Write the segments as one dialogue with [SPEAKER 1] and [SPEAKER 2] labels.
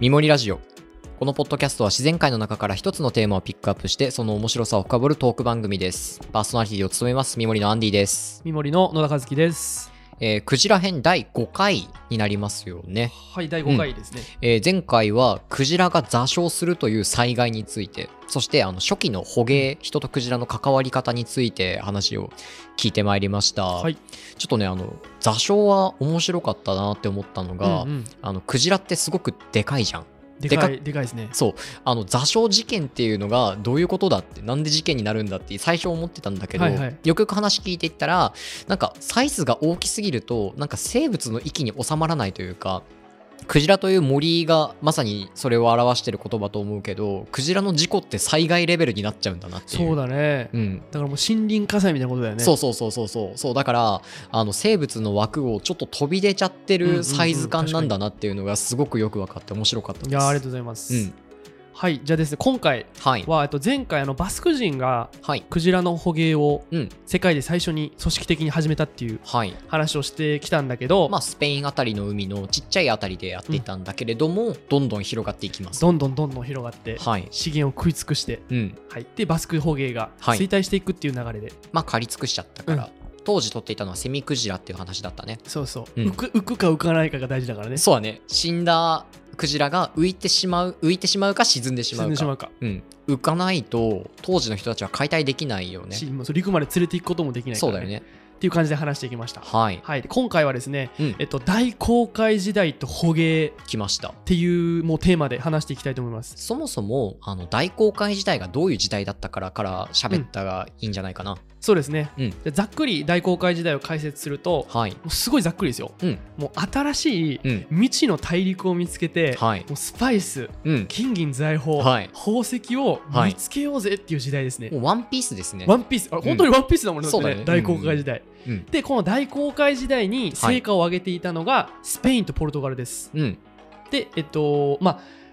[SPEAKER 1] みもりラジオ。このポッドキャストは自然界の中から一つのテーマをピックアップして、その面白さを深掘るトーク番組です。パーソナリティを務めます、みもりのアンディです。
[SPEAKER 2] 三森の野田和樹です。
[SPEAKER 1] えー、クジラ編第5回になりますよね。
[SPEAKER 2] はい、第5回ですね。
[SPEAKER 1] えー前回は、クジラが座礁するという災害について、そして、あの、初期の捕鯨、人とクジラの関わり方について話を聞いてまいりました。
[SPEAKER 2] はい。
[SPEAKER 1] ちょっとね、あの、座礁は面白かったなって思ったのが、
[SPEAKER 2] うんうん
[SPEAKER 1] あの、クジラってすごくでかいじゃん。
[SPEAKER 2] でかい、でかいですね。
[SPEAKER 1] そうあの座礁事件っていうのがどういうことだってなんで事件になるんだって最初思ってたんだけど、
[SPEAKER 2] はいはい
[SPEAKER 1] よくよく話聞いていったらなんかサイズが大きすぎるとなんか生物の域に収まらないというか。クジラという森がまさにそれを表してる言葉と思うけどクジラの事故って災害レベルになっちゃうんだなっていう
[SPEAKER 2] そうだね。
[SPEAKER 1] うん、
[SPEAKER 2] だからもう森林火災みたいなことだよね。
[SPEAKER 1] そうそうそうそうそうそうだからあの生物の枠をちょっと飛び出ちゃって
[SPEAKER 2] うんうんう
[SPEAKER 1] る
[SPEAKER 2] ん
[SPEAKER 1] サイズ感なんだなっていうのがすごくよく分かって面白かったです。
[SPEAKER 2] いやーありがとうございます。
[SPEAKER 1] うん
[SPEAKER 2] はい、じゃあですね、今回
[SPEAKER 1] はい
[SPEAKER 2] は、えっと、前回あのバスク人が
[SPEAKER 1] はい
[SPEAKER 2] クジラの捕鯨を
[SPEAKER 1] うん
[SPEAKER 2] 世界で最初に組織的に始めたっていう
[SPEAKER 1] はい
[SPEAKER 2] 話をしてきたんだけど、
[SPEAKER 1] まあ、スペインあたりの海のちっちゃいあたりでやっていたんだけれども、どんどん広がっていきます。
[SPEAKER 2] どんどんどんどん広がって、
[SPEAKER 1] はい。
[SPEAKER 2] 資源を食い尽くして、
[SPEAKER 1] うん。
[SPEAKER 2] はい、でバスク捕鯨が
[SPEAKER 1] はい
[SPEAKER 2] 衰退していくっていう流れで、
[SPEAKER 1] まあ、借り尽くしちゃったから、当時取っていたのはセミクジラっていう話だったね。
[SPEAKER 2] そうそう、
[SPEAKER 1] うん
[SPEAKER 2] 浮く浮くか浮かないかが大事だからね。
[SPEAKER 1] そうだね。死んだクジラが浮いてしまう、浮いてしまうか沈んでしま
[SPEAKER 2] 沈
[SPEAKER 1] うん
[SPEAKER 2] でしま
[SPEAKER 1] か。
[SPEAKER 2] うか。
[SPEAKER 1] うん。浮かないと、当時の人たちは解体できないよね。
[SPEAKER 2] しもうそう陸まで連れて行くこともできないか
[SPEAKER 1] そう
[SPEAKER 2] ら、ね、
[SPEAKER 1] だよね。
[SPEAKER 2] っていう感じで話していきました。
[SPEAKER 1] はい。
[SPEAKER 2] はい、で今回はですね、
[SPEAKER 1] うん
[SPEAKER 2] えっと、大航海時代と捕鯨っ
[SPEAKER 1] 来ました。
[SPEAKER 2] ていうもうテーマで話していきたいと思います。
[SPEAKER 1] そもそもあの大航海時代がどういう時代だったからから喋ったがいいんじゃないかな、
[SPEAKER 2] そうですね、
[SPEAKER 1] うん
[SPEAKER 2] でざっくり大航海時代を解説すると、
[SPEAKER 1] はい
[SPEAKER 2] もうすごいざっくりですよ。
[SPEAKER 1] うん
[SPEAKER 2] もう新しい
[SPEAKER 1] うん
[SPEAKER 2] 未知の大陸を見つけて、
[SPEAKER 1] はい
[SPEAKER 2] もうスパイス、
[SPEAKER 1] うん
[SPEAKER 2] 金銀財宝、
[SPEAKER 1] はい
[SPEAKER 2] 宝石を
[SPEAKER 1] はい
[SPEAKER 2] 見つけようぜっていう時代ですね。
[SPEAKER 1] もうワンピースですね
[SPEAKER 2] ワンピースあれ
[SPEAKER 1] ん
[SPEAKER 2] 本当にワンピースだもんね,、
[SPEAKER 1] そうだよね
[SPEAKER 2] 大航海時代、
[SPEAKER 1] うん
[SPEAKER 2] でこの大航海時代に成果を上げていたのがスペインとポルトガルです、
[SPEAKER 1] うん
[SPEAKER 2] でえっとまあ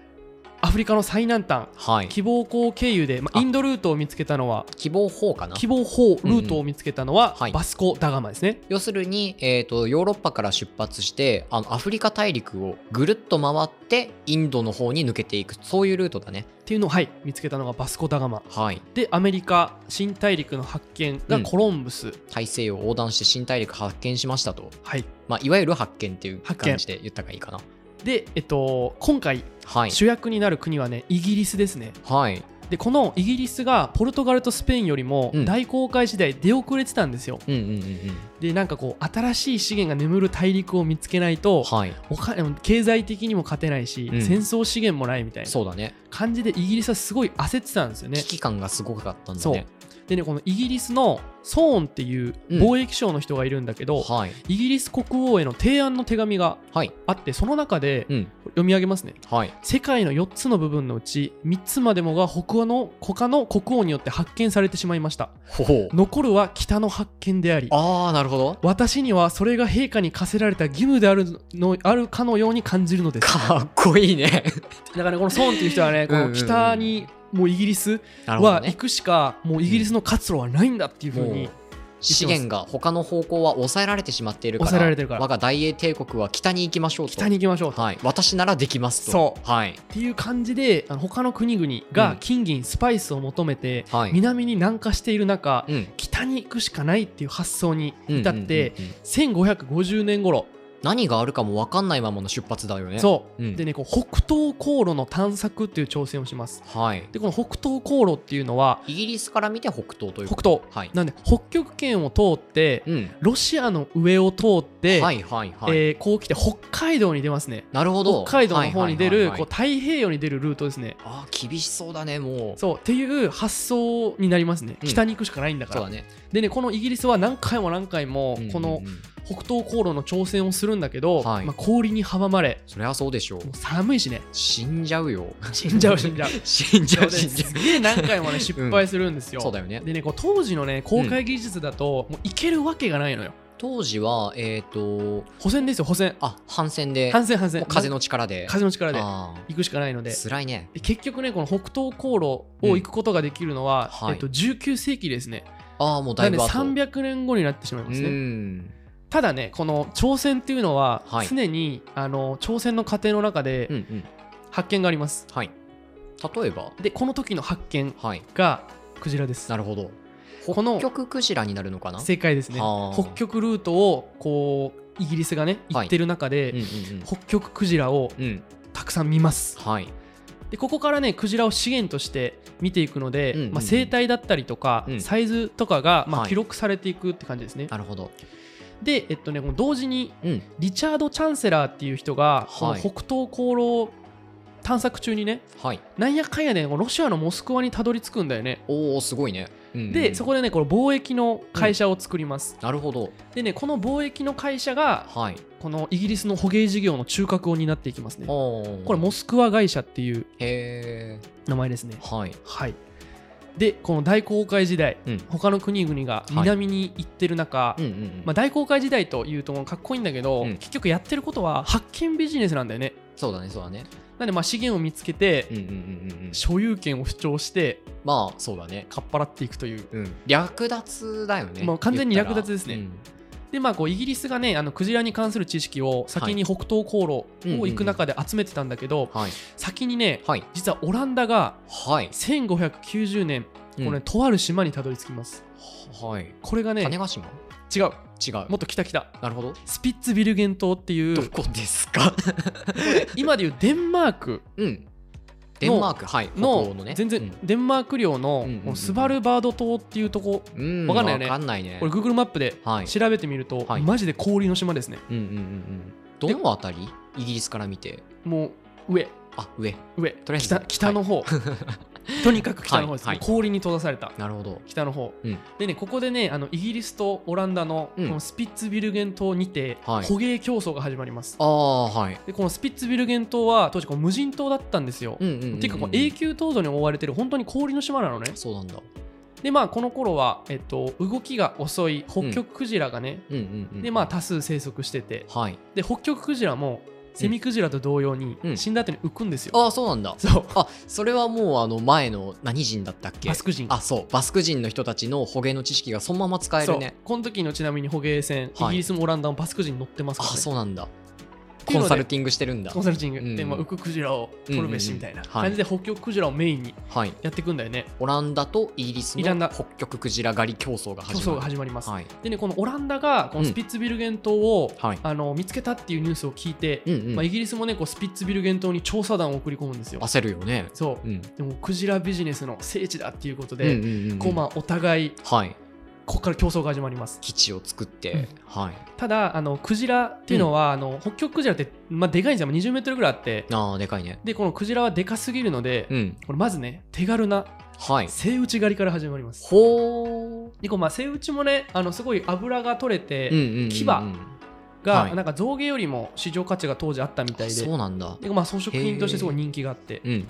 [SPEAKER 2] アフリカの最南端
[SPEAKER 1] はい
[SPEAKER 2] 希望港経由で、まあ、
[SPEAKER 1] あ
[SPEAKER 2] インドルートを見つけたのは
[SPEAKER 1] 希望法かな
[SPEAKER 2] 希望法ルートを見つけたのは、
[SPEAKER 1] うんはい
[SPEAKER 2] バスコ・ダガマですね、
[SPEAKER 1] 要するに、えー、とヨーロッパから出発してあのアフリカ大陸をぐるっと回ってインドの方に抜けていくそういうルートだね
[SPEAKER 2] っていうのを、はい、見つけたのがバスコ・ダガマ
[SPEAKER 1] はい
[SPEAKER 2] でアメリカ新大陸の発見がコロンブス、
[SPEAKER 1] 大西洋を横断して新大陸発見しましたと、
[SPEAKER 2] はい、
[SPEAKER 1] まあ、いわゆる発見っていう
[SPEAKER 2] 発見
[SPEAKER 1] 感じで言った方がいいかな
[SPEAKER 2] で、えっと、今回
[SPEAKER 1] はい
[SPEAKER 2] 主役になる国はねイギリスですね
[SPEAKER 1] はい
[SPEAKER 2] でこのイギリスがポルトガルとスペインよりも
[SPEAKER 1] うん
[SPEAKER 2] 大航海時代出遅れてたんですよ、
[SPEAKER 1] うんうんうんうん
[SPEAKER 2] でなんかこう新しい資源が眠る大陸を見つけないと
[SPEAKER 1] はい
[SPEAKER 2] お金も経済的にも勝てないし、
[SPEAKER 1] うん
[SPEAKER 2] 戦争資源もないみたいな
[SPEAKER 1] そうだね
[SPEAKER 2] 感じでイギリスはすごい焦ってたんですよね
[SPEAKER 1] 危機感がすごかったんだ
[SPEAKER 2] そう
[SPEAKER 1] ね
[SPEAKER 2] でねこのイギリスのソーンっていう
[SPEAKER 1] うん
[SPEAKER 2] 貿易商の人がいるんだけど、
[SPEAKER 1] はい
[SPEAKER 2] イギリス国王への提案の手紙が
[SPEAKER 1] はい
[SPEAKER 2] あってその中で
[SPEAKER 1] うん
[SPEAKER 2] 読み上げますね
[SPEAKER 1] はい
[SPEAKER 2] 世界の4つの部分のうち3つまでもが北欧の他の国王によって発見されてしまいました
[SPEAKER 1] ほほう
[SPEAKER 2] 残るは北の発見であり
[SPEAKER 1] ああなるほど
[SPEAKER 2] 私にはそれが陛下に課せられた義務であるのあるかのように感じるのです
[SPEAKER 1] かっこいい ね
[SPEAKER 2] だからねこのソーンっていう人はねこ
[SPEAKER 1] うんうん
[SPEAKER 2] の
[SPEAKER 1] うん
[SPEAKER 2] 北にもうイギリス
[SPEAKER 1] なるほど
[SPEAKER 2] は行
[SPEAKER 1] ね
[SPEAKER 2] くしかもうイギリスの活路はないんだっていうふう
[SPEAKER 1] も
[SPEAKER 2] に
[SPEAKER 1] う資源が他の方向は抑えられてしまっているから
[SPEAKER 2] 抑えられてるから
[SPEAKER 1] 我が大英帝国は北に行きましょうと
[SPEAKER 2] 北に行きましょうとっ
[SPEAKER 1] はい、私ならできますと
[SPEAKER 2] そう
[SPEAKER 1] はい
[SPEAKER 2] ていう感じであの他の国々
[SPEAKER 1] う
[SPEAKER 2] が
[SPEAKER 1] ん
[SPEAKER 2] 金銀スパイスを求めて
[SPEAKER 1] はい、
[SPEAKER 2] 南に南下している中
[SPEAKER 1] うん、
[SPEAKER 2] 北に行くしかないっていう発想に至
[SPEAKER 1] う
[SPEAKER 2] って
[SPEAKER 1] んうんうんうん
[SPEAKER 2] 1550年頃
[SPEAKER 1] 何があるかも分かんないままの出発だよね
[SPEAKER 2] そう
[SPEAKER 1] うん
[SPEAKER 2] でねこう北東航路の探索っていう挑戦をします
[SPEAKER 1] はい
[SPEAKER 2] でこの北東航路っていうのは
[SPEAKER 1] イギリスから見て北東という
[SPEAKER 2] 北
[SPEAKER 1] こと
[SPEAKER 2] 東
[SPEAKER 1] はい
[SPEAKER 2] なんで北極圏を通って
[SPEAKER 1] うん
[SPEAKER 2] ロシアの上を通って、
[SPEAKER 1] はいはいはい、
[SPEAKER 2] えーこう来て北海道に出ますね
[SPEAKER 1] なるほど
[SPEAKER 2] 北海道の方に出
[SPEAKER 1] はい
[SPEAKER 2] る
[SPEAKER 1] はいはい
[SPEAKER 2] こう
[SPEAKER 1] はい
[SPEAKER 2] 太平洋に出るルートですね
[SPEAKER 1] あー厳しそうだねもう
[SPEAKER 2] そうっていう発想になりますね
[SPEAKER 1] うん
[SPEAKER 2] 北に行くしかないんだから、
[SPEAKER 1] だね
[SPEAKER 2] でねこのイギリスは何回も何回
[SPEAKER 1] うん
[SPEAKER 2] も
[SPEAKER 1] うんうん
[SPEAKER 2] この北東航路の挑戦をするんだけど、
[SPEAKER 1] はい
[SPEAKER 2] まあ、氷に阻まれ
[SPEAKER 1] そりゃそうでしょう
[SPEAKER 2] もう寒いしね
[SPEAKER 1] 死んじゃうよ
[SPEAKER 2] 死んじゃう死んじゃう
[SPEAKER 1] 死んじゃう
[SPEAKER 2] そう
[SPEAKER 1] 死
[SPEAKER 2] で
[SPEAKER 1] んじゃ
[SPEAKER 2] すげえ何回もね失敗するんですよ、
[SPEAKER 1] うそうだよね
[SPEAKER 2] でねこう当時のね航海技術だと、もう行けるわけがないのよ
[SPEAKER 1] 当時はえっ、と
[SPEAKER 2] 補船ですよ補船
[SPEAKER 1] あ反戦で
[SPEAKER 2] 反戦反
[SPEAKER 1] も
[SPEAKER 2] 戦
[SPEAKER 1] う風の力で
[SPEAKER 2] 風の力で
[SPEAKER 1] あ
[SPEAKER 2] 行くしかないので
[SPEAKER 1] ー辛いね
[SPEAKER 2] で結局ねこの北東航路を行くことができるのは、
[SPEAKER 1] うんはい
[SPEAKER 2] えっと、19世紀ですね
[SPEAKER 1] ああもうだ
[SPEAKER 2] ないの
[SPEAKER 1] ぶ
[SPEAKER 2] で
[SPEAKER 1] 後
[SPEAKER 2] 300年後になってしまいますね、
[SPEAKER 1] うん
[SPEAKER 2] ただねこの朝鮮っていうのは
[SPEAKER 1] はい
[SPEAKER 2] 常に、あの朝鮮の過程の中で、
[SPEAKER 1] うんうん
[SPEAKER 2] 発見があります
[SPEAKER 1] はい例えば
[SPEAKER 2] でこの時の発見
[SPEAKER 1] はい
[SPEAKER 2] がクジラです
[SPEAKER 1] なるほど
[SPEAKER 2] この
[SPEAKER 1] 北極クジラになるのかな
[SPEAKER 2] 正解ですね
[SPEAKER 1] はあ
[SPEAKER 2] 北極ルートをこうイギリスがね
[SPEAKER 1] はい
[SPEAKER 2] 行ってる中で、
[SPEAKER 1] うんうん
[SPEAKER 2] 北極クジラを
[SPEAKER 1] うんうん
[SPEAKER 2] たくさん見ます
[SPEAKER 1] はい
[SPEAKER 2] でここからねクジラを資源として見ていくので、
[SPEAKER 1] うんうんうん
[SPEAKER 2] まあ、生態だったりとか、
[SPEAKER 1] うん
[SPEAKER 2] サイズとかが、ま
[SPEAKER 1] は
[SPEAKER 2] あ、
[SPEAKER 1] い
[SPEAKER 2] 記録されていくって感じですね、
[SPEAKER 1] なるほど
[SPEAKER 2] で、えっとね、この同時に
[SPEAKER 1] うん
[SPEAKER 2] リチャード・チャンセラーっていう人が、この
[SPEAKER 1] はい
[SPEAKER 2] 北東航路探索中にね
[SPEAKER 1] はい
[SPEAKER 2] なんやかんやねこのロシアのモスクワにたどり着くんだよね
[SPEAKER 1] おおすごいね、うんうん
[SPEAKER 2] でそこでねこの貿易の会社を作ります、
[SPEAKER 1] なるほど
[SPEAKER 2] でねこの貿易の会社が
[SPEAKER 1] はい
[SPEAKER 2] このイギリスの捕鯨事業の中核を担っていきますねこ
[SPEAKER 1] おー
[SPEAKER 2] れモスクワ会社っていう
[SPEAKER 1] へえ
[SPEAKER 2] 名前ですね
[SPEAKER 1] はい
[SPEAKER 2] はいでこの大航海時代
[SPEAKER 1] うん
[SPEAKER 2] 他の国々が南に行ってる中、
[SPEAKER 1] うんうんうん
[SPEAKER 2] まあ、大航海時代というとかっこいいんだけど、
[SPEAKER 1] うん
[SPEAKER 2] 結局やってることは発見ビジネスなんだよね
[SPEAKER 1] そうだねそうだね
[SPEAKER 2] なんでまあ資源を見つけて、
[SPEAKER 1] うんうんうんうんうん
[SPEAKER 2] 所有権を主張して
[SPEAKER 1] まあそうだね
[SPEAKER 2] かっぱらっていくという
[SPEAKER 1] うん略奪だよね
[SPEAKER 2] まあ完全に
[SPEAKER 1] 言ったら
[SPEAKER 2] 略奪ですねでまあこうイギリスがねあのクジラに関する知識を先に北東航路を行く中で集めてたんだけど、
[SPEAKER 1] うんはい
[SPEAKER 2] 先にね
[SPEAKER 1] はい
[SPEAKER 2] 実はオランダが
[SPEAKER 1] はい
[SPEAKER 2] 1590年これ、ね
[SPEAKER 1] うん
[SPEAKER 2] とある島にたどり着きます
[SPEAKER 1] はい
[SPEAKER 2] これがね
[SPEAKER 1] 種子島
[SPEAKER 2] 違う
[SPEAKER 1] 違う
[SPEAKER 2] もっと北北
[SPEAKER 1] なるほど
[SPEAKER 2] スピッツビルゲン島ってい
[SPEAKER 1] ど
[SPEAKER 2] う
[SPEAKER 1] こですか
[SPEAKER 2] 今でいうデンマーク
[SPEAKER 1] うんデンマークはい北欧
[SPEAKER 2] の
[SPEAKER 1] のね
[SPEAKER 2] 全然デンマーク領の
[SPEAKER 1] うんうんうん
[SPEAKER 2] このスバルバード島っていうとこ
[SPEAKER 1] うんうん
[SPEAKER 2] わかんないよね
[SPEAKER 1] わかんないね
[SPEAKER 2] これ Google マップで
[SPEAKER 1] はい
[SPEAKER 2] 調べてみると
[SPEAKER 1] はい
[SPEAKER 2] マジで氷の島ですね
[SPEAKER 1] うんうんうんうんどのあたりイギリスから見て
[SPEAKER 2] もう上
[SPEAKER 1] あ上
[SPEAKER 2] 上
[SPEAKER 1] りあえず
[SPEAKER 2] 北北の 方とにかく北の方です
[SPEAKER 1] はいはい
[SPEAKER 2] 氷に閉ざされた
[SPEAKER 1] なるほど
[SPEAKER 2] 北の方、
[SPEAKER 1] うん
[SPEAKER 2] でねここでねあのイギリスとオランダのこ
[SPEAKER 1] うん
[SPEAKER 2] のスピッツビルゲン島にて捕
[SPEAKER 1] はい
[SPEAKER 2] 鯨競争が始まります、
[SPEAKER 1] ああはい
[SPEAKER 2] でこのスピッツビルゲン島は当時こう無人島だったんですよ、
[SPEAKER 1] うんうんうんうん
[SPEAKER 2] ていうかこう永久凍土に覆われてる本当に氷の島なのね
[SPEAKER 1] そうなんだ
[SPEAKER 2] でまあこの頃はえっと動きが遅い北極クジラがね、
[SPEAKER 1] うんうんうん
[SPEAKER 2] でまあ多数生息してて
[SPEAKER 1] はい
[SPEAKER 2] で北極クジラもセミクジラと同様に
[SPEAKER 1] うん
[SPEAKER 2] 死んだ後に浮くんですよ、
[SPEAKER 1] ああそうなんだ
[SPEAKER 2] そう
[SPEAKER 1] あそれはもうあの前の何人だったっけ
[SPEAKER 2] バスク人
[SPEAKER 1] あそうバスク人の人たちの捕鯨の知識がそのまま使え
[SPEAKER 2] そ
[SPEAKER 1] る
[SPEAKER 2] う
[SPEAKER 1] ね
[SPEAKER 2] この時のちなみに捕鯨船、
[SPEAKER 1] はい
[SPEAKER 2] イギリスもオランダもバスク人乗ってます
[SPEAKER 1] あ
[SPEAKER 2] から、ね、
[SPEAKER 1] そうなんだ
[SPEAKER 2] ていうの
[SPEAKER 1] コン
[SPEAKER 2] で
[SPEAKER 1] サルティングしてるんだ
[SPEAKER 2] コンサルティング、
[SPEAKER 1] うん
[SPEAKER 2] で、まあ、浮くクジラを取るべしみたいな
[SPEAKER 1] うんうんうんはい
[SPEAKER 2] 感じで北極クジラをメインに
[SPEAKER 1] はい
[SPEAKER 2] やっていくんだよね、
[SPEAKER 1] オランダとイギリス
[SPEAKER 2] イランダ
[SPEAKER 1] の北極クジラ狩り競争が
[SPEAKER 2] 競
[SPEAKER 1] 始
[SPEAKER 2] 争
[SPEAKER 1] ま
[SPEAKER 2] が
[SPEAKER 1] る
[SPEAKER 2] 始まります、
[SPEAKER 1] はい
[SPEAKER 2] でねこのオランダがこのスピッツビルゲン島を、
[SPEAKER 1] はい
[SPEAKER 2] あの見つけたっていうニュースを聞いて、
[SPEAKER 1] うんうん
[SPEAKER 2] まあ、イギリスもねこうスピッツビルゲン島に調査団を送り込むんですよ
[SPEAKER 1] 焦るよね
[SPEAKER 2] そう
[SPEAKER 1] うん
[SPEAKER 2] でもクジラビジネスの聖地だっていうことで、
[SPEAKER 1] うんうんうん
[SPEAKER 2] こうまあお互い
[SPEAKER 1] はい
[SPEAKER 2] ここから競争が始まります
[SPEAKER 1] 基地を作って、
[SPEAKER 2] うん
[SPEAKER 1] はい
[SPEAKER 2] ただあのクジラっていうのは、あの北極クジラって、まあ、でかいんですよ2 0ルぐらいあって
[SPEAKER 1] あーでかいね
[SPEAKER 2] でこのクジラはでかすぎるので、
[SPEAKER 1] うん
[SPEAKER 2] これまずね手軽な
[SPEAKER 1] はい
[SPEAKER 2] セイウチ狩りから始まります
[SPEAKER 1] ほう
[SPEAKER 2] でこうまあセイウチもねあのすごい脂が取れて、
[SPEAKER 1] うんうんうんうん
[SPEAKER 2] 牙
[SPEAKER 1] あ
[SPEAKER 2] が、
[SPEAKER 1] はい
[SPEAKER 2] なんか象牙よりも市場価値が当時あったみたいで
[SPEAKER 1] そうなんだ
[SPEAKER 2] でまあ装飾品としてすごい人気があって
[SPEAKER 1] うん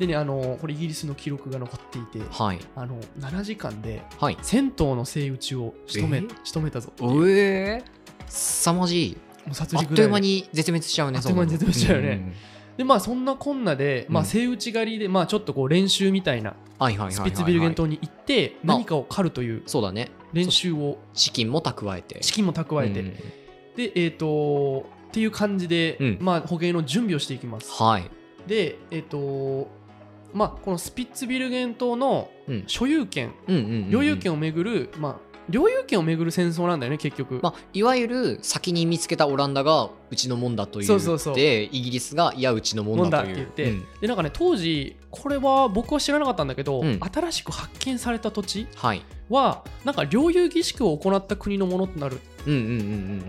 [SPEAKER 2] でねあのこれイギリスの記録が残っていて
[SPEAKER 1] はい
[SPEAKER 2] あの7時間で
[SPEAKER 1] はい
[SPEAKER 2] 1000頭のセイウチを仕留め,、
[SPEAKER 1] えー
[SPEAKER 2] 仕留めたぞっていうも
[SPEAKER 1] うえー、凄まじいう
[SPEAKER 2] 殺
[SPEAKER 1] あ
[SPEAKER 2] 人
[SPEAKER 1] っ
[SPEAKER 2] ぐ
[SPEAKER 1] と
[SPEAKER 2] ら
[SPEAKER 1] い
[SPEAKER 2] いう
[SPEAKER 1] 間
[SPEAKER 2] で
[SPEAKER 1] に絶滅しちゃうね
[SPEAKER 2] あっという間に絶滅しちゃうよね
[SPEAKER 1] んんん
[SPEAKER 2] でまあそんなこんなで、まあ、
[SPEAKER 1] うん
[SPEAKER 2] セイウチ狩りで、まあ、ちょっとこう練習みたいな
[SPEAKER 1] はいはいはいはいはい
[SPEAKER 2] スピッツビルゲン島に行って
[SPEAKER 1] まあ
[SPEAKER 2] 何かを狩るという
[SPEAKER 1] そうだね
[SPEAKER 2] 練習を
[SPEAKER 1] 資金も蓄えて
[SPEAKER 2] 資金も蓄えて、
[SPEAKER 1] うん
[SPEAKER 2] でえっ、とっていう感じで、
[SPEAKER 1] うん
[SPEAKER 2] まあ捕鯨の準備をしていきます
[SPEAKER 1] はい
[SPEAKER 2] でえっ、とまあこのスピッツビルゲン島の
[SPEAKER 1] うん
[SPEAKER 2] 所有権
[SPEAKER 1] うんうんうんうん
[SPEAKER 2] 領有権をめぐる、まあ領有権をめぐる戦争なんだよね結局、
[SPEAKER 1] まあ、いわゆる先に見つけたオランダがうちのもんだという
[SPEAKER 2] そうそうそう
[SPEAKER 1] でイギリスがいやうちのもんだという
[SPEAKER 2] もんだって言って
[SPEAKER 1] うん
[SPEAKER 2] でなんかね当時これは僕は知らなかったんだけど、
[SPEAKER 1] うん
[SPEAKER 2] 新しく発見された土地
[SPEAKER 1] はい
[SPEAKER 2] はなんか領有儀式を行った国のものとなる
[SPEAKER 1] うんうんうんう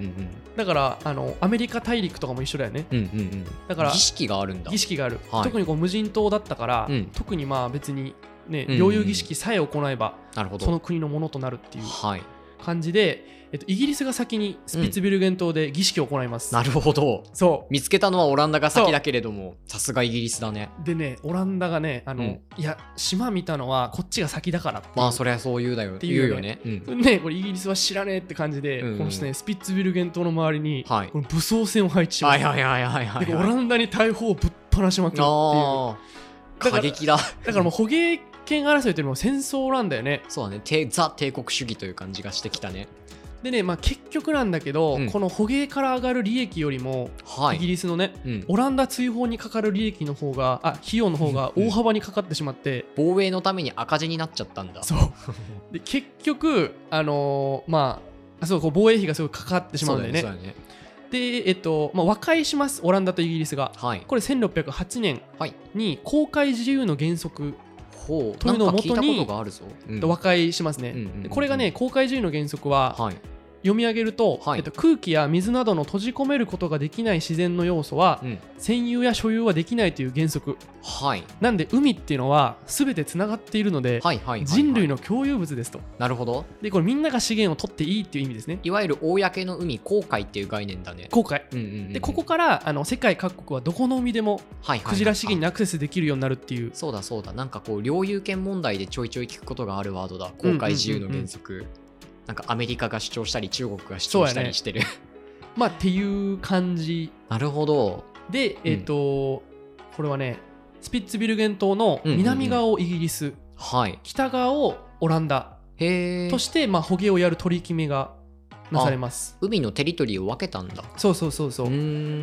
[SPEAKER 1] ん
[SPEAKER 2] だからあのアメリカ大陸とかも一緒だよね
[SPEAKER 1] うんうんうんうんうん
[SPEAKER 2] だから
[SPEAKER 1] 儀式があるんだ
[SPEAKER 2] 儀式がある、
[SPEAKER 1] はい
[SPEAKER 2] 特にこう無人島だったから、
[SPEAKER 1] うん
[SPEAKER 2] 特にまあ別にね
[SPEAKER 1] うん
[SPEAKER 2] 領有儀式さえ行えば、
[SPEAKER 1] なるほど
[SPEAKER 2] その国のものとなるっていう
[SPEAKER 1] はい
[SPEAKER 2] 感じで、えっと、イギリスが先にスピッツビルゲン島で儀式を行います、
[SPEAKER 1] なるほど
[SPEAKER 2] そ
[SPEAKER 1] 見つけたのはオランダが先だけれどもさすがイギリスだね
[SPEAKER 2] うでねオランダがねあの、
[SPEAKER 1] うん
[SPEAKER 2] いや島見たのはこっちが先だからっていう
[SPEAKER 1] まあそりゃそう言うだよ
[SPEAKER 2] ていう
[SPEAKER 1] よ
[SPEAKER 2] よね
[SPEAKER 1] ねうん
[SPEAKER 2] ね、これイギリスは知らねえって感じで、
[SPEAKER 1] うん
[SPEAKER 2] この人ねスピッツビルゲン島の周りに、
[SPEAKER 1] はい
[SPEAKER 2] この武装船を配置しま
[SPEAKER 1] は
[SPEAKER 2] す、
[SPEAKER 1] いはいはいはいはい
[SPEAKER 2] で
[SPEAKER 1] は
[SPEAKER 2] オ
[SPEAKER 1] い
[SPEAKER 2] ランダに大砲をぶっ放しまくるっていう
[SPEAKER 1] あ
[SPEAKER 2] だ
[SPEAKER 1] あ
[SPEAKER 2] から
[SPEAKER 1] 過激だ
[SPEAKER 2] だからもう捕鯨権争いというよりも戦争なんだよね
[SPEAKER 1] そうだねてザ帝国主義という感じがしてきたね
[SPEAKER 2] でね、まあ、結局なんだけど、
[SPEAKER 1] うん
[SPEAKER 2] この捕鯨から上がる利益よりも、
[SPEAKER 1] は
[SPEAKER 2] イギ
[SPEAKER 1] い。
[SPEAKER 2] リスのね
[SPEAKER 1] うん、
[SPEAKER 2] オランダ追放にかかる利益の方があ費用の方が大幅にかかってしまって、
[SPEAKER 1] 防衛のために赤字になっちゃったんだ。
[SPEAKER 2] そうで結局、あのーまああそうこう防衛費がすごいかかってしまうんだよね
[SPEAKER 1] そうだよね。
[SPEAKER 2] で、えっとまあ、和解しますオランダとイギリスが
[SPEAKER 1] はい。
[SPEAKER 2] これ1608年
[SPEAKER 1] はい
[SPEAKER 2] に公開自由の原則
[SPEAKER 1] ほう。
[SPEAKER 2] というのを
[SPEAKER 1] なんか聞いた
[SPEAKER 2] 元に
[SPEAKER 1] ことがあるぞ。うん
[SPEAKER 2] と和解しますね、
[SPEAKER 1] うんうんうんうん
[SPEAKER 2] でこれがね公開自由の原則は、
[SPEAKER 1] はい。
[SPEAKER 2] 読み上げると、
[SPEAKER 1] はい
[SPEAKER 2] えっと、空気や水などの閉じ込めることができない自然の要素は、
[SPEAKER 1] うん
[SPEAKER 2] 占有や所有はできないという原則
[SPEAKER 1] はい。
[SPEAKER 2] なんで海っていうのは全てつながっているので、
[SPEAKER 1] はいはいはいはい。
[SPEAKER 2] 人類の共有物ですと
[SPEAKER 1] なるほど。
[SPEAKER 2] でこれみんなが資源を取っていいっていう意味ですね
[SPEAKER 1] いわゆる公の海、航海っていう概念だね。
[SPEAKER 2] 後悔
[SPEAKER 1] うんうんうん
[SPEAKER 2] でここ、からあの世界各国はどこの海でも
[SPEAKER 1] はいはいはい
[SPEAKER 2] クジラ資源にアクセスできるようになるっていう
[SPEAKER 1] あそうだそうだ。なんかこう、領有権問題でちょいちょい聞くことがあるワードだ。航海自由の原則。なんかアメリカが主張したり、中国が主張したりしてる。
[SPEAKER 2] まあっていう感じ
[SPEAKER 1] なるほど。
[SPEAKER 2] でえっ、と、これはねスピッツビルゲン島の南側をイギリス、
[SPEAKER 1] はい。
[SPEAKER 2] 北側をオランダ
[SPEAKER 1] へえ
[SPEAKER 2] と。して、まあ、捕鯨をやる取り決めがなされます
[SPEAKER 1] 海のテリトリーを分けたんだ。
[SPEAKER 2] そうそうそうそうう、
[SPEAKER 1] ー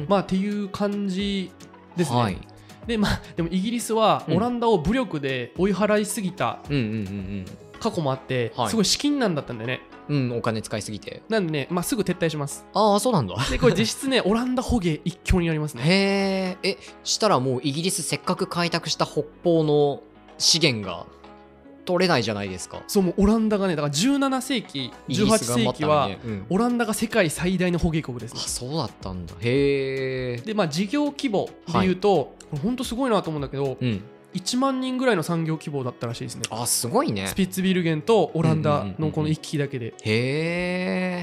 [SPEAKER 1] ん。
[SPEAKER 2] まあっていう感じですね、
[SPEAKER 1] はい。
[SPEAKER 2] でまあでもイギリスは
[SPEAKER 1] うん
[SPEAKER 2] オランダを武力で追い払いすぎた
[SPEAKER 1] うんうんうん
[SPEAKER 2] 過去もあって、
[SPEAKER 1] はい
[SPEAKER 2] すごい資金難だったんだよね
[SPEAKER 1] うん。うん、お金使いすぎて。
[SPEAKER 2] なんでね、まあ、すぐ撤退します
[SPEAKER 1] ああ、そうなんだ。
[SPEAKER 2] でこれ実質ねオランダ捕鯨一強になります ね
[SPEAKER 1] へえ。え、したらもうイギリスせっかく開拓した北方の資源が取れないじゃないですか。
[SPEAKER 2] そうもうオランダがねだから17世紀
[SPEAKER 1] イギリ
[SPEAKER 2] 18
[SPEAKER 1] ス頑張
[SPEAKER 2] 世
[SPEAKER 1] っ
[SPEAKER 2] 紀
[SPEAKER 1] たの
[SPEAKER 2] は、
[SPEAKER 1] ねうん
[SPEAKER 2] オランダが世界最大の捕鯨国です
[SPEAKER 1] あ
[SPEAKER 2] ね
[SPEAKER 1] そうだったんだへえ
[SPEAKER 2] でまあ事業規模でいうと、これほんとすごいなと思うんだけど、
[SPEAKER 1] うん
[SPEAKER 2] 1万人ぐらいの産業規模だったらしいですね
[SPEAKER 1] あすごいね
[SPEAKER 2] スピッツビルゲンとオラン
[SPEAKER 1] うんう
[SPEAKER 2] ダ
[SPEAKER 1] んうんうんう
[SPEAKER 2] の
[SPEAKER 1] ん
[SPEAKER 2] この行き来だけでっ
[SPEAKER 1] へ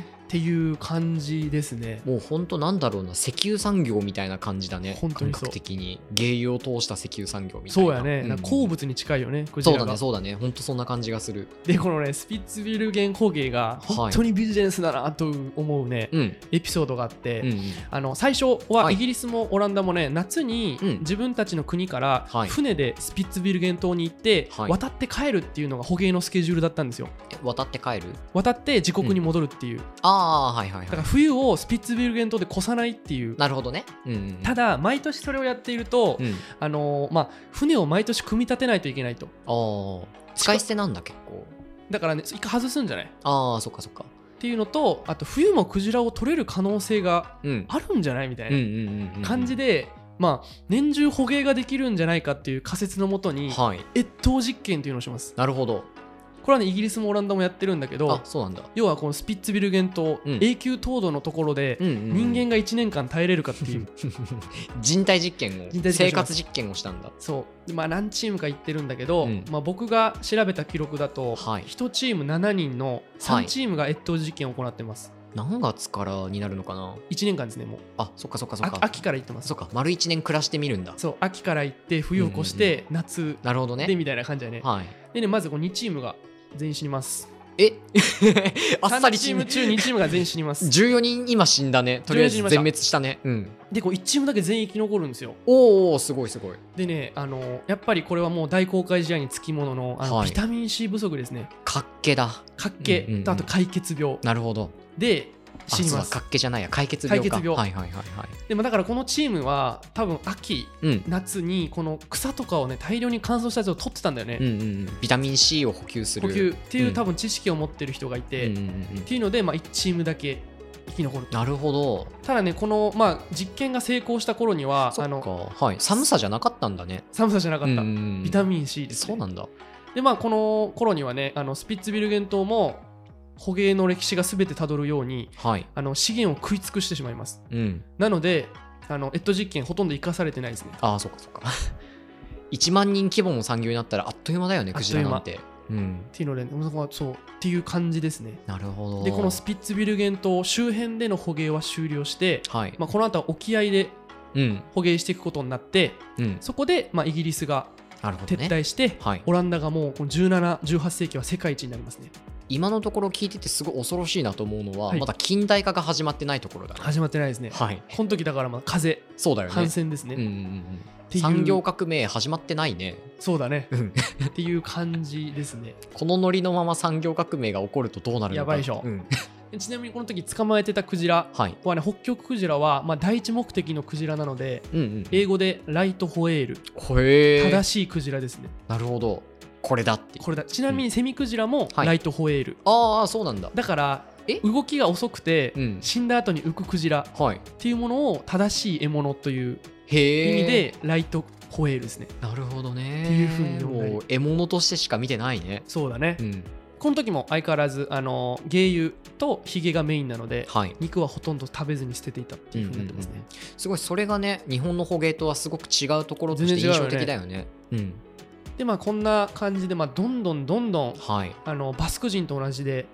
[SPEAKER 1] え
[SPEAKER 2] ていう感じですね。
[SPEAKER 1] もうほんとなんだろうな石油産業みたいな感じだね
[SPEAKER 2] 本当にそう
[SPEAKER 1] 感覚的に原油を通した石油産業みたいな
[SPEAKER 2] そうやね、
[SPEAKER 1] ん
[SPEAKER 2] なんか鉱物に近いよね、クジ
[SPEAKER 1] そう
[SPEAKER 2] ラ
[SPEAKER 1] だね
[SPEAKER 2] が。
[SPEAKER 1] そうだねほんとそんな感じがする
[SPEAKER 2] で、このね、スピッツビルゲン工芸
[SPEAKER 1] は
[SPEAKER 2] が
[SPEAKER 1] い
[SPEAKER 2] 本当にビジネスだなと思うね、
[SPEAKER 1] うん
[SPEAKER 2] エピソードがあって、
[SPEAKER 1] うんうん
[SPEAKER 2] あの最初
[SPEAKER 1] は
[SPEAKER 2] はいイギリスもオランダもね、夏に
[SPEAKER 1] うん
[SPEAKER 2] 自分たちの国から
[SPEAKER 1] はい
[SPEAKER 2] 船でスピッツビルゲン島に行って、
[SPEAKER 1] はい
[SPEAKER 2] 渡って帰るっていうのが捕鯨のスケジュールだったんですよ。
[SPEAKER 1] え渡って帰る
[SPEAKER 2] 渡って自国に戻るっていう、だ
[SPEAKER 1] ああはいはい
[SPEAKER 2] か
[SPEAKER 1] は
[SPEAKER 2] ら
[SPEAKER 1] い
[SPEAKER 2] 冬をスピッツビルゲン島で越さないっていう。
[SPEAKER 1] なるほどねうんうん
[SPEAKER 2] ただ毎年それをやっていると、
[SPEAKER 1] うん
[SPEAKER 2] あのーまあ、船を毎年組み立てないといけないと
[SPEAKER 1] ああ使い捨てなんだ結構
[SPEAKER 2] だからね一回外すんじゃないっ
[SPEAKER 1] ああそっかそっか
[SPEAKER 2] ていうのとあと冬もクジラを取れる可能性が
[SPEAKER 1] うん
[SPEAKER 2] あるんじゃないみた
[SPEAKER 1] うんう
[SPEAKER 2] い
[SPEAKER 1] んうんうん
[SPEAKER 2] な感じで、まあ、年中捕鯨ができるんじゃないかっていう仮説のもとに
[SPEAKER 1] はい
[SPEAKER 2] 越冬実験というのをします
[SPEAKER 1] なるほど
[SPEAKER 2] これはねイギリスもオランダもやってるんだけど
[SPEAKER 1] あそうなんだ
[SPEAKER 2] 要はこのスピッツビルゲン島、
[SPEAKER 1] うん
[SPEAKER 2] 永久凍土のところで
[SPEAKER 1] うんうんうん
[SPEAKER 2] 人間が1年間耐えれるかっていう、
[SPEAKER 1] 人体実験を
[SPEAKER 2] 人体実験をします
[SPEAKER 1] 生活実験をしたんだ
[SPEAKER 2] そうでまあ何チームか言ってるんだけど、
[SPEAKER 1] うん
[SPEAKER 2] まあ、僕が調べた記録だと、
[SPEAKER 1] はい
[SPEAKER 2] 1チーム7人の
[SPEAKER 1] は
[SPEAKER 2] 3
[SPEAKER 1] い
[SPEAKER 2] チームが越冬実験を行ってます、
[SPEAKER 1] 何月からになるのかな
[SPEAKER 2] 1年間ですねもう
[SPEAKER 1] あそっかそっかそっ
[SPEAKER 2] あ
[SPEAKER 1] か
[SPEAKER 2] 秋から行ってます
[SPEAKER 1] そっか丸1年暮らしてみるんだ
[SPEAKER 2] そう秋から行って冬を越して夏
[SPEAKER 1] なるほどね
[SPEAKER 2] でみたいな感じだね
[SPEAKER 1] はい
[SPEAKER 2] でねまずこう2チームが全員死にます
[SPEAKER 1] え あっさり
[SPEAKER 2] 3チ
[SPEAKER 1] 死
[SPEAKER 2] ー
[SPEAKER 1] ぬ
[SPEAKER 2] ム中2チームが全員死 にます
[SPEAKER 1] 14人今死んだねとりあえず
[SPEAKER 2] 14人いました
[SPEAKER 1] 全滅したねうん
[SPEAKER 2] でこう1チームだけ全員生き残るんですよ
[SPEAKER 1] おーおーすごいすごい
[SPEAKER 2] でねあのーやっぱりこれはもう大航海時代につきもののあの、
[SPEAKER 1] はい
[SPEAKER 2] ビタミン C 不足ですね
[SPEAKER 1] かっけだ
[SPEAKER 2] 活気、
[SPEAKER 1] うんうんうん
[SPEAKER 2] とあと解決病
[SPEAKER 1] なるほど
[SPEAKER 2] で
[SPEAKER 1] あ
[SPEAKER 2] 死に
[SPEAKER 1] そ
[SPEAKER 2] ま
[SPEAKER 1] う
[SPEAKER 2] す
[SPEAKER 1] だかっけじゃないや解決病か
[SPEAKER 2] 解決病
[SPEAKER 1] はいはいはいはい
[SPEAKER 2] でもだからこのチームは多分秋
[SPEAKER 1] うん
[SPEAKER 2] 夏にこの草とかをね大量に乾燥したやつを取ってたんだよね、
[SPEAKER 1] うんうんうんビタミン C を補給する
[SPEAKER 2] 呼吸っていう多
[SPEAKER 1] 分
[SPEAKER 2] 分知識を持ってる人がいて、
[SPEAKER 1] うんう
[SPEAKER 2] っ
[SPEAKER 1] んうんうん
[SPEAKER 2] ていうので、まあ、1チームだけ生き残る
[SPEAKER 1] なるほど
[SPEAKER 2] ただねこの、まあ、実験が成功した頃には
[SPEAKER 1] そ
[SPEAKER 2] あ
[SPEAKER 1] っ
[SPEAKER 2] の
[SPEAKER 1] かはい寒さじゃなかったんだね
[SPEAKER 2] 寒さじゃなかった、
[SPEAKER 1] ビ
[SPEAKER 2] ビタ
[SPEAKER 1] ン
[SPEAKER 2] ミン C です、
[SPEAKER 1] そうなんだ
[SPEAKER 2] でまあこの頃にはねあのスピッツビルゲン島も捕鯨の歴史が全てたどるように
[SPEAKER 1] はい
[SPEAKER 2] あの資源を食い尽くしてしまいます
[SPEAKER 1] うん
[SPEAKER 2] なのであのエッド実験ほとんど生かされてないですね
[SPEAKER 1] ああそっかそっか 1万人規模の産業になったらあっという間だよね
[SPEAKER 2] あ
[SPEAKER 1] ク
[SPEAKER 2] っ
[SPEAKER 1] ジ
[SPEAKER 2] とい
[SPEAKER 1] ラ
[SPEAKER 2] う間
[SPEAKER 1] なんてうん
[SPEAKER 2] っていうのでもうそこはそうっていう感じですね
[SPEAKER 1] なるほど
[SPEAKER 2] でこのスピッツビルゲン島周辺での捕鯨は終了して、
[SPEAKER 1] はい、
[SPEAKER 2] まあ、この後は沖合で
[SPEAKER 1] うん
[SPEAKER 2] 捕鯨していくことになって
[SPEAKER 1] うん
[SPEAKER 2] そこで、まあ、イギリスが
[SPEAKER 1] なるほど
[SPEAKER 2] 撤
[SPEAKER 1] ね
[SPEAKER 2] 退して、
[SPEAKER 1] はい
[SPEAKER 2] オランダがもうこの1718世紀は世界一になりますね
[SPEAKER 1] 今のところ聞いててすごい恐ろしいなと思うのは、
[SPEAKER 2] はい
[SPEAKER 1] まだ近代化が始まってないところだね
[SPEAKER 2] 始まってないですね
[SPEAKER 1] はい
[SPEAKER 2] この時だからまあ風
[SPEAKER 1] そうだよ
[SPEAKER 2] 反
[SPEAKER 1] ね
[SPEAKER 2] 戦ですね、
[SPEAKER 1] うんうんうん
[SPEAKER 2] て
[SPEAKER 1] うん
[SPEAKER 2] いう
[SPEAKER 1] 産業革命始まってないね
[SPEAKER 2] そうだね
[SPEAKER 1] うん
[SPEAKER 2] っていう感じですね
[SPEAKER 1] このノリのまま産業革命が起こるとどうなるのか
[SPEAKER 2] やばいでしょ
[SPEAKER 1] うん
[SPEAKER 2] でちなみにこの時捕まえてたクジラ
[SPEAKER 1] はい。
[SPEAKER 2] はね北極クジラは、まあ、第一目的のクジラなので
[SPEAKER 1] うんうん。
[SPEAKER 2] 英語でライトホエール
[SPEAKER 1] へえ。
[SPEAKER 2] 正しいクジラですね
[SPEAKER 1] なるほど。これだっていう。
[SPEAKER 2] これだちなみにセミクジラも
[SPEAKER 1] はい
[SPEAKER 2] ライトホエール、
[SPEAKER 1] ああ、そうなんだ。
[SPEAKER 2] だから
[SPEAKER 1] え
[SPEAKER 2] 動きが遅くて、
[SPEAKER 1] うん
[SPEAKER 2] 死んだ後に浮くクジラっ
[SPEAKER 1] はい。
[SPEAKER 2] ていうものを正しい獲物という意
[SPEAKER 1] へえ。
[SPEAKER 2] 味でライトホエールですね
[SPEAKER 1] なるほどね。
[SPEAKER 2] っていう風に読んだり
[SPEAKER 1] もう獲物としてしか見てないね。
[SPEAKER 2] そうだね、
[SPEAKER 1] うん。
[SPEAKER 2] この時も相変わらずあの芸油とヒゲがメインなので
[SPEAKER 1] はい。
[SPEAKER 2] 肉はほとんど食べずに捨てていたっていうふうになってますね、
[SPEAKER 1] うんうんすごい、それがね、日本の捕鯨とはすごく違うところとして
[SPEAKER 2] 全然
[SPEAKER 1] 印
[SPEAKER 2] 違うよ
[SPEAKER 1] 象
[SPEAKER 2] ね
[SPEAKER 1] 的だよね。うん。
[SPEAKER 2] でまあこんな感じで、まあ、どんどんどんどん
[SPEAKER 1] はい。
[SPEAKER 2] あのバスク人と同じで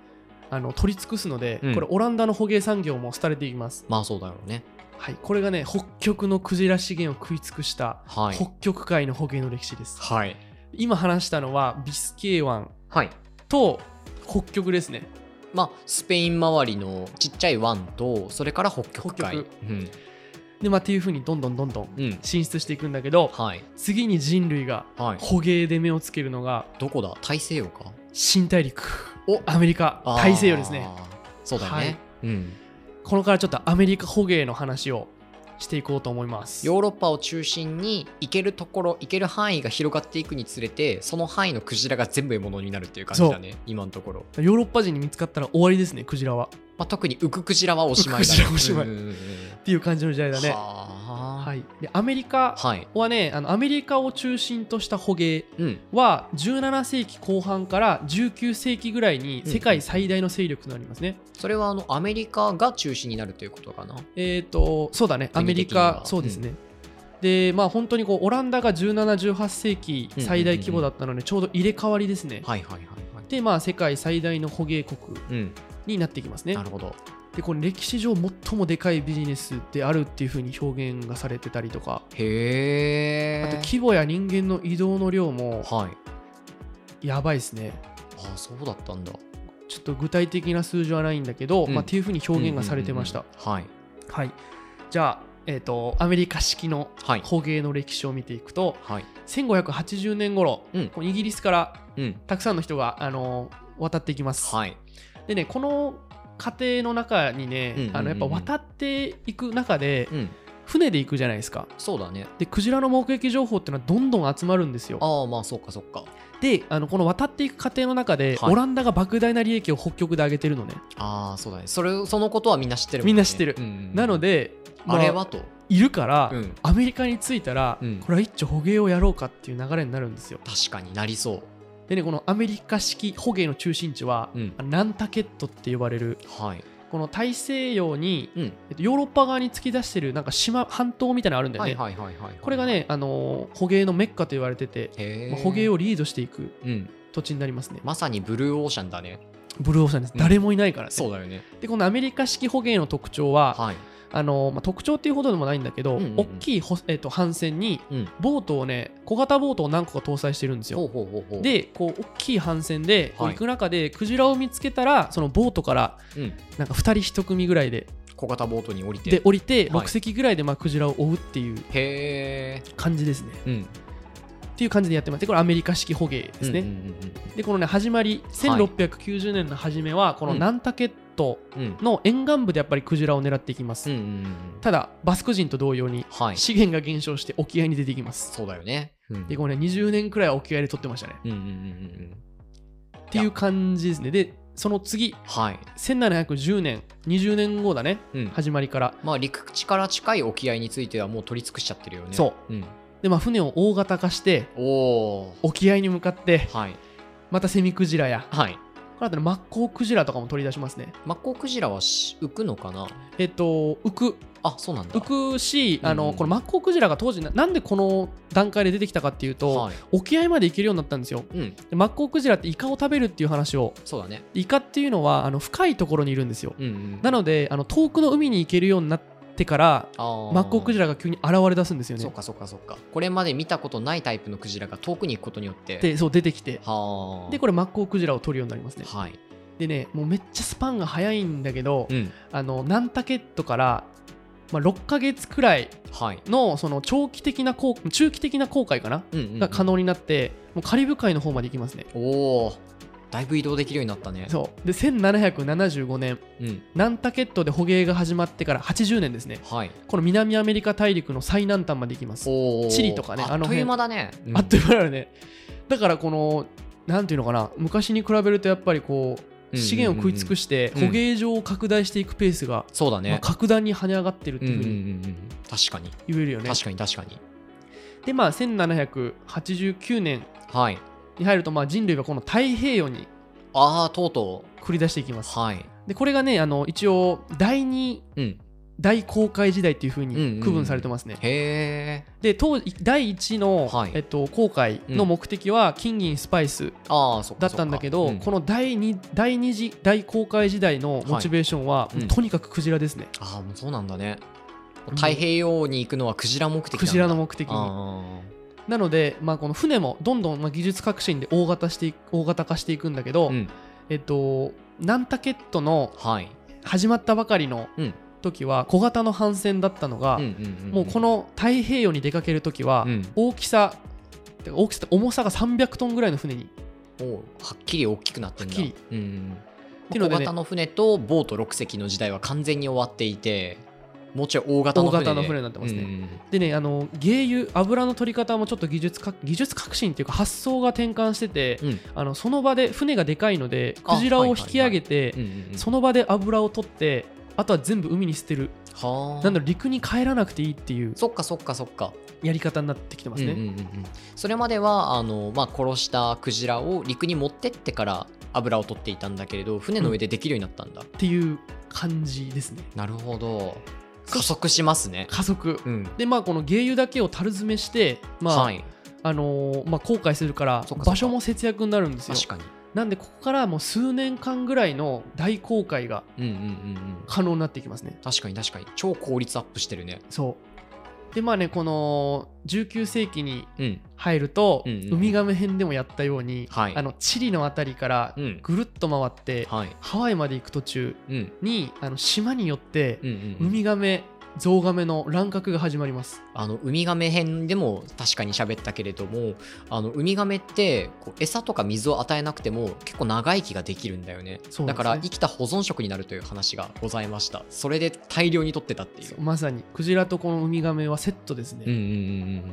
[SPEAKER 2] あの取り尽くすので、
[SPEAKER 1] うん
[SPEAKER 2] これオランダの捕鯨産業も廃れていきます、
[SPEAKER 1] まあそうだろうね。
[SPEAKER 2] はい、これがね北極のクジラ資源を食い尽くした
[SPEAKER 1] はい。
[SPEAKER 2] 北極海の捕鯨の歴史です、
[SPEAKER 1] はい。
[SPEAKER 2] 今話したのはビスケー湾
[SPEAKER 1] はい。
[SPEAKER 2] と北極ですね
[SPEAKER 1] まあ、スペイン周りのちっちゃい湾と、それから北極海。
[SPEAKER 2] 北極
[SPEAKER 1] うん。
[SPEAKER 2] でまあっていうふうにどんどんどんどん
[SPEAKER 1] うん。
[SPEAKER 2] 進出していくんだけど
[SPEAKER 1] はい。
[SPEAKER 2] 次に人類が
[SPEAKER 1] はい。
[SPEAKER 2] 捕鯨で目をつけるのが
[SPEAKER 1] どこだ大西洋か
[SPEAKER 2] 新大陸
[SPEAKER 1] お
[SPEAKER 2] アメリカ
[SPEAKER 1] あー
[SPEAKER 2] 大西洋ですね
[SPEAKER 1] そうだよね、
[SPEAKER 2] はい
[SPEAKER 1] うん、
[SPEAKER 2] このからちょっとアメリカ捕鯨の話をしていこうと思います
[SPEAKER 1] ヨーロッパを中心に行けるところ行ける範囲が広がっていくにつれてその範囲のクジラが全部獲物になるっていう感じだね今のところ、
[SPEAKER 2] ヨーロッパ人に見つかったら終わりですねクジラは
[SPEAKER 1] まあ、特に浮くクジラはおしまいだ
[SPEAKER 2] 浮くクジラはおしまい
[SPEAKER 1] うんうんうん
[SPEAKER 2] っていう感じの時代だね
[SPEAKER 1] は
[SPEAKER 2] は
[SPEAKER 1] あ
[SPEAKER 2] いでアメリカ
[SPEAKER 1] はい
[SPEAKER 2] はねあのアメリカを中心とした捕鯨
[SPEAKER 1] うん
[SPEAKER 2] は17世紀後半から19世紀ぐらいに世界最大の勢力となりますね、
[SPEAKER 1] それはあのアメリカが中心になるということかな
[SPEAKER 2] えっ、とそうだねアメリ
[SPEAKER 1] 国的に
[SPEAKER 2] カ
[SPEAKER 1] は
[SPEAKER 2] そうですね、でまあ本当にこうオランダが1718世紀
[SPEAKER 1] うんうんうん
[SPEAKER 2] 最大規模だったのでちょうど入れ替わりですね、
[SPEAKER 1] はいはいはいはい
[SPEAKER 2] でまあ世界最大の捕鯨国
[SPEAKER 1] うん
[SPEAKER 2] になっていきますね
[SPEAKER 1] なるほど
[SPEAKER 2] でこの歴史上最もでかいビジネスであるっていう風に表現がされてたりとか
[SPEAKER 1] へえ
[SPEAKER 2] あと規模や人間の移動の量も
[SPEAKER 1] はい
[SPEAKER 2] やばいですね
[SPEAKER 1] ああそうだったんだ
[SPEAKER 2] ちょっと具体的な数字はないんだけど、
[SPEAKER 1] うん
[SPEAKER 2] まあ、っていう風に表現がされてました、
[SPEAKER 1] うんうんうんはい
[SPEAKER 2] はいじゃあ、えー、とアメリカ式の
[SPEAKER 1] はい
[SPEAKER 2] 捕鯨の歴史を見ていくと
[SPEAKER 1] はい
[SPEAKER 2] 1580年頃、
[SPEAKER 1] うん
[SPEAKER 2] こうイギリスから
[SPEAKER 1] うん
[SPEAKER 2] たくさんの人が、あのー渡っていきます、
[SPEAKER 1] はい
[SPEAKER 2] でねこの過程の中にね、
[SPEAKER 1] うんうんうん
[SPEAKER 2] あのやっぱ渡っていく中で
[SPEAKER 1] うん
[SPEAKER 2] 船で行くじゃないですか
[SPEAKER 1] そうだね
[SPEAKER 2] でクジラの目撃情報っていうのはどんどん集まるんですよ
[SPEAKER 1] ああまあそうかそうか
[SPEAKER 2] であのこの渡っていく過程の中で、
[SPEAKER 1] はい
[SPEAKER 2] オランダが莫大な利益を北極で上げてるのね、
[SPEAKER 1] ああそうだねそれそのことはみんな知ってるもね
[SPEAKER 2] みんな知ってる
[SPEAKER 1] うんうんうん
[SPEAKER 2] なので、ま
[SPEAKER 1] あれはと
[SPEAKER 2] いるから、
[SPEAKER 1] うん
[SPEAKER 2] アメリカに着いたら、
[SPEAKER 1] うん
[SPEAKER 2] これは一丁捕鯨をやろうかっていう流れになるんですよ
[SPEAKER 1] 確かになりそう
[SPEAKER 2] でねこのアメリカ式捕鯨の中心地は、
[SPEAKER 1] うん
[SPEAKER 2] ナンタケットって呼ばれる
[SPEAKER 1] はい
[SPEAKER 2] この大西洋に、
[SPEAKER 1] うん
[SPEAKER 2] えっと、ヨーロッパ側に突き出してるなんか島半島みたいなのあるんだよ
[SPEAKER 1] は
[SPEAKER 2] ね、
[SPEAKER 1] いはいはいはいはい
[SPEAKER 2] これがね、あのー捕鯨のメッカと言われてて、
[SPEAKER 1] へえ
[SPEAKER 2] まあ捕鯨をリードしていく
[SPEAKER 1] うん
[SPEAKER 2] 土地になりますね
[SPEAKER 1] まさにブルーオーシャンだね
[SPEAKER 2] ブルーオーシャンです、
[SPEAKER 1] うん
[SPEAKER 2] 誰もいないからね
[SPEAKER 1] そうだよね
[SPEAKER 2] でこのアメリカ式捕鯨の特徴は、
[SPEAKER 1] はい
[SPEAKER 2] あのーまあ、特徴っていうほどでもないんだけど、
[SPEAKER 1] うんうんうん
[SPEAKER 2] 大きいほ、えっと帆船に
[SPEAKER 1] うん
[SPEAKER 2] ボートをね小型ボートを何個か搭載してるんですよ
[SPEAKER 1] ほうほうほうほう
[SPEAKER 2] でこう大きい帆船でこう
[SPEAKER 1] はい
[SPEAKER 2] 行く中で、クジラを見つけたらそのボートから
[SPEAKER 1] うん
[SPEAKER 2] なんか2人1組ぐらいで
[SPEAKER 1] 小型ボートに降りて
[SPEAKER 2] で降りて
[SPEAKER 1] はい
[SPEAKER 2] 6隻ぐらいでまあクジラを追うっていう
[SPEAKER 1] へえ
[SPEAKER 2] 感じですね、
[SPEAKER 1] うん
[SPEAKER 2] っていう感じでやってますでこれアメリカ式捕鯨ですね、
[SPEAKER 1] うんうん
[SPEAKER 2] でこのね始まり1690年の初めはこのナンタケット
[SPEAKER 1] うんうん
[SPEAKER 2] の沿岸部でやっぱりクジラを狙っていきます、
[SPEAKER 1] うんうんうんうん
[SPEAKER 2] ただバスク人と同様に
[SPEAKER 1] はい
[SPEAKER 2] 資源が減少して沖合に出てきます
[SPEAKER 1] そうだよねうん
[SPEAKER 2] でこれね20年くらいは沖合で取ってましたね
[SPEAKER 1] うんうんうんうんうん
[SPEAKER 2] っていう感じですねでその次
[SPEAKER 1] はい
[SPEAKER 2] 1710年20年後だね
[SPEAKER 1] うん
[SPEAKER 2] 始まりから
[SPEAKER 1] まあ陸地から近い沖合についてはもう取り尽くしちゃってるよね、
[SPEAKER 2] そう
[SPEAKER 1] うん、
[SPEAKER 2] で、まあ、船を大型化して
[SPEAKER 1] おお
[SPEAKER 2] 沖合に向かって
[SPEAKER 1] はい
[SPEAKER 2] またセミクジラや
[SPEAKER 1] はい
[SPEAKER 2] この後ねマッコウクジラとかも取り出しますね
[SPEAKER 1] マッコウクジラはし浮くのかな
[SPEAKER 2] えっと浮く
[SPEAKER 1] あそうなんだ
[SPEAKER 2] 浮くしあ
[SPEAKER 1] うん
[SPEAKER 2] の、
[SPEAKER 1] うん
[SPEAKER 2] このマッコウクジラが当時ななんでこの段階で出てきたかっていうと、
[SPEAKER 1] はい
[SPEAKER 2] 沖合まで行けるようになったんですよ
[SPEAKER 1] うん
[SPEAKER 2] でマッコウクジラってイカを食べるっていう話を
[SPEAKER 1] そうだね
[SPEAKER 2] イカっていうのはあの深いところにいるんですよ
[SPEAKER 1] うんうん
[SPEAKER 2] なのであの遠くの海に行けるようになってから
[SPEAKER 1] あー
[SPEAKER 2] マッコウクジラが急に現れ出すんですよね
[SPEAKER 1] そうかそうかそうかこれまで見たことないタイプのクジラが遠くに行くことによって
[SPEAKER 2] でそう出てきて
[SPEAKER 1] はあ
[SPEAKER 2] でこれマッコウクジラを取るようになりますね
[SPEAKER 1] はい
[SPEAKER 2] でねもうめっちゃスパンが早いんだけど、
[SPEAKER 1] うん
[SPEAKER 2] あのナンタケットから、まあ、6ヶ月くらい
[SPEAKER 1] はい
[SPEAKER 2] のその長期的な航中期的な航海かな
[SPEAKER 1] うんうんうん
[SPEAKER 2] が可能になってもうカリブ海の方まで行きますね
[SPEAKER 1] おおだいぶ移動できるようになったね。
[SPEAKER 2] そうで1775年
[SPEAKER 1] うん。
[SPEAKER 2] ナンタケットで捕鯨が始まってから80年ですね
[SPEAKER 1] はい。
[SPEAKER 2] この南アメリカ大陸の最南端まで行きます
[SPEAKER 1] おー
[SPEAKER 2] チリとかね
[SPEAKER 1] あ
[SPEAKER 2] あ
[SPEAKER 1] っと
[SPEAKER 2] の辺
[SPEAKER 1] いう間だね。うん
[SPEAKER 2] あっという間だよねだからこのなんていうのかな昔に比べるとやっぱりこう資源を食い尽く
[SPEAKER 1] し、
[SPEAKER 2] して
[SPEAKER 1] うん
[SPEAKER 2] 捕鯨場を拡大していくペースが、
[SPEAKER 1] そうだ
[SPEAKER 2] まあ
[SPEAKER 1] ね。
[SPEAKER 2] 格段に跳ね上がってるって
[SPEAKER 1] うんう
[SPEAKER 2] い
[SPEAKER 1] ん
[SPEAKER 2] う
[SPEAKER 1] う
[SPEAKER 2] ふ
[SPEAKER 1] ん
[SPEAKER 2] う
[SPEAKER 1] う
[SPEAKER 2] に
[SPEAKER 1] ん。確かに。
[SPEAKER 2] 言えるよね、
[SPEAKER 1] 確かに確かに。
[SPEAKER 2] でまあ1789年
[SPEAKER 1] はい。
[SPEAKER 2] に入るとまあ人類がこの太平洋に
[SPEAKER 1] ああ、とうと
[SPEAKER 2] 繰り出していきま
[SPEAKER 1] う。
[SPEAKER 2] す
[SPEAKER 1] はい。
[SPEAKER 2] でこれがねあの一応第二
[SPEAKER 1] うん。
[SPEAKER 2] 大航海時代っていうふう
[SPEAKER 1] うんうんう
[SPEAKER 2] に
[SPEAKER 1] ん
[SPEAKER 2] 区分されてますね、
[SPEAKER 1] へえ。
[SPEAKER 2] で当時第一の、
[SPEAKER 1] はい
[SPEAKER 2] えっと、航海の目的は金銀スパイス
[SPEAKER 1] ああ、そっ
[SPEAKER 2] だ
[SPEAKER 1] か
[SPEAKER 2] ったんだけど、
[SPEAKER 1] そっか
[SPEAKER 2] この第二第二次大航海時代のモチベーションは、
[SPEAKER 1] いうん
[SPEAKER 2] とにかくクジラですね
[SPEAKER 1] うんああ、もうそうなんだね。太平洋に行くのはクジラ目的なんだ
[SPEAKER 2] クジラの目的に
[SPEAKER 1] あ
[SPEAKER 2] なので、まあ、この船もどんどんまあ技術革新で大型してい大型化していくんだけ
[SPEAKER 1] あ
[SPEAKER 2] ど、
[SPEAKER 1] うん。
[SPEAKER 2] えっとナンタケットの
[SPEAKER 1] はい。
[SPEAKER 2] 始まったばかりの
[SPEAKER 1] うん
[SPEAKER 2] 時は小型の帆船だったのが、もうこ
[SPEAKER 1] の、
[SPEAKER 2] の太平洋に出かける時は、
[SPEAKER 1] うん
[SPEAKER 2] 大きさてか大きさと重さが300トンぐらいの船に
[SPEAKER 1] おうはっきり大きくなってんだ。
[SPEAKER 2] はっき
[SPEAKER 1] うんうんまあ
[SPEAKER 2] ていうのでね
[SPEAKER 1] 小型の船とボート6隻の時代は完全に終わっていて、もうちょい大型の
[SPEAKER 2] 大
[SPEAKER 1] 船で
[SPEAKER 2] 型の船になってますね、
[SPEAKER 1] うんうん
[SPEAKER 2] でねあの鯨油油の取り方もちょっと技術か技術革新っていうか発想が転換してて、
[SPEAKER 1] うん
[SPEAKER 2] あのその場で船がでかいので
[SPEAKER 1] あ
[SPEAKER 2] クジラを引き上げて、
[SPEAKER 1] うんうんうん
[SPEAKER 2] その場で油を取ってあとは全部海に捨てる
[SPEAKER 1] はあ
[SPEAKER 2] なんだろう陸に帰らなくていいっていう
[SPEAKER 1] そっかそっかそっか、
[SPEAKER 2] やり方になってきてますね、
[SPEAKER 1] うんうんうんうんそれまではあの、まあ、殺したクジラを陸に持ってってから油を取っていたんだけれど船の上でできるようになったんだ、
[SPEAKER 2] っていう感じですね
[SPEAKER 1] なるほど加速しますね
[SPEAKER 2] 加速
[SPEAKER 1] うん
[SPEAKER 2] でまあこの鯨油だけを樽詰めしてまあ、
[SPEAKER 1] はい
[SPEAKER 2] あのーまあ、後悔するから
[SPEAKER 1] そっかそっか
[SPEAKER 2] 場所も節約になるんですよ
[SPEAKER 1] 確かに
[SPEAKER 2] なんでここからもう数年間ぐらいの大航海が
[SPEAKER 1] うんうんうんうん
[SPEAKER 2] 可能になっていきますね
[SPEAKER 1] 確かに確かに超効率アップしてるね
[SPEAKER 2] そうでまあねこの19世紀に
[SPEAKER 1] うん
[SPEAKER 2] 入ると、
[SPEAKER 1] うんうんうん
[SPEAKER 2] ウミガメ編でもやったように、
[SPEAKER 1] はい
[SPEAKER 2] あのチリの辺りから
[SPEAKER 1] うん
[SPEAKER 2] ぐるっと回って、
[SPEAKER 1] はい
[SPEAKER 2] ハワイまで行く途中
[SPEAKER 1] うん
[SPEAKER 2] にあの島によって
[SPEAKER 1] う、んうん
[SPEAKER 2] ウ
[SPEAKER 1] うん
[SPEAKER 2] ミガメゾウガメの乱獲が始まります
[SPEAKER 1] あのウミガメ編でも確かに喋ったけれどもあのウミガメってこう餌とか水を与えなくても結構長生きができるんだよね
[SPEAKER 2] そうなんですね
[SPEAKER 1] だから生きた保存食になるという話がございましたそれで大量に取ってたっていう
[SPEAKER 2] そうまさにクジラとこのウミガメはセットですね、
[SPEAKER 1] うんうんうんうん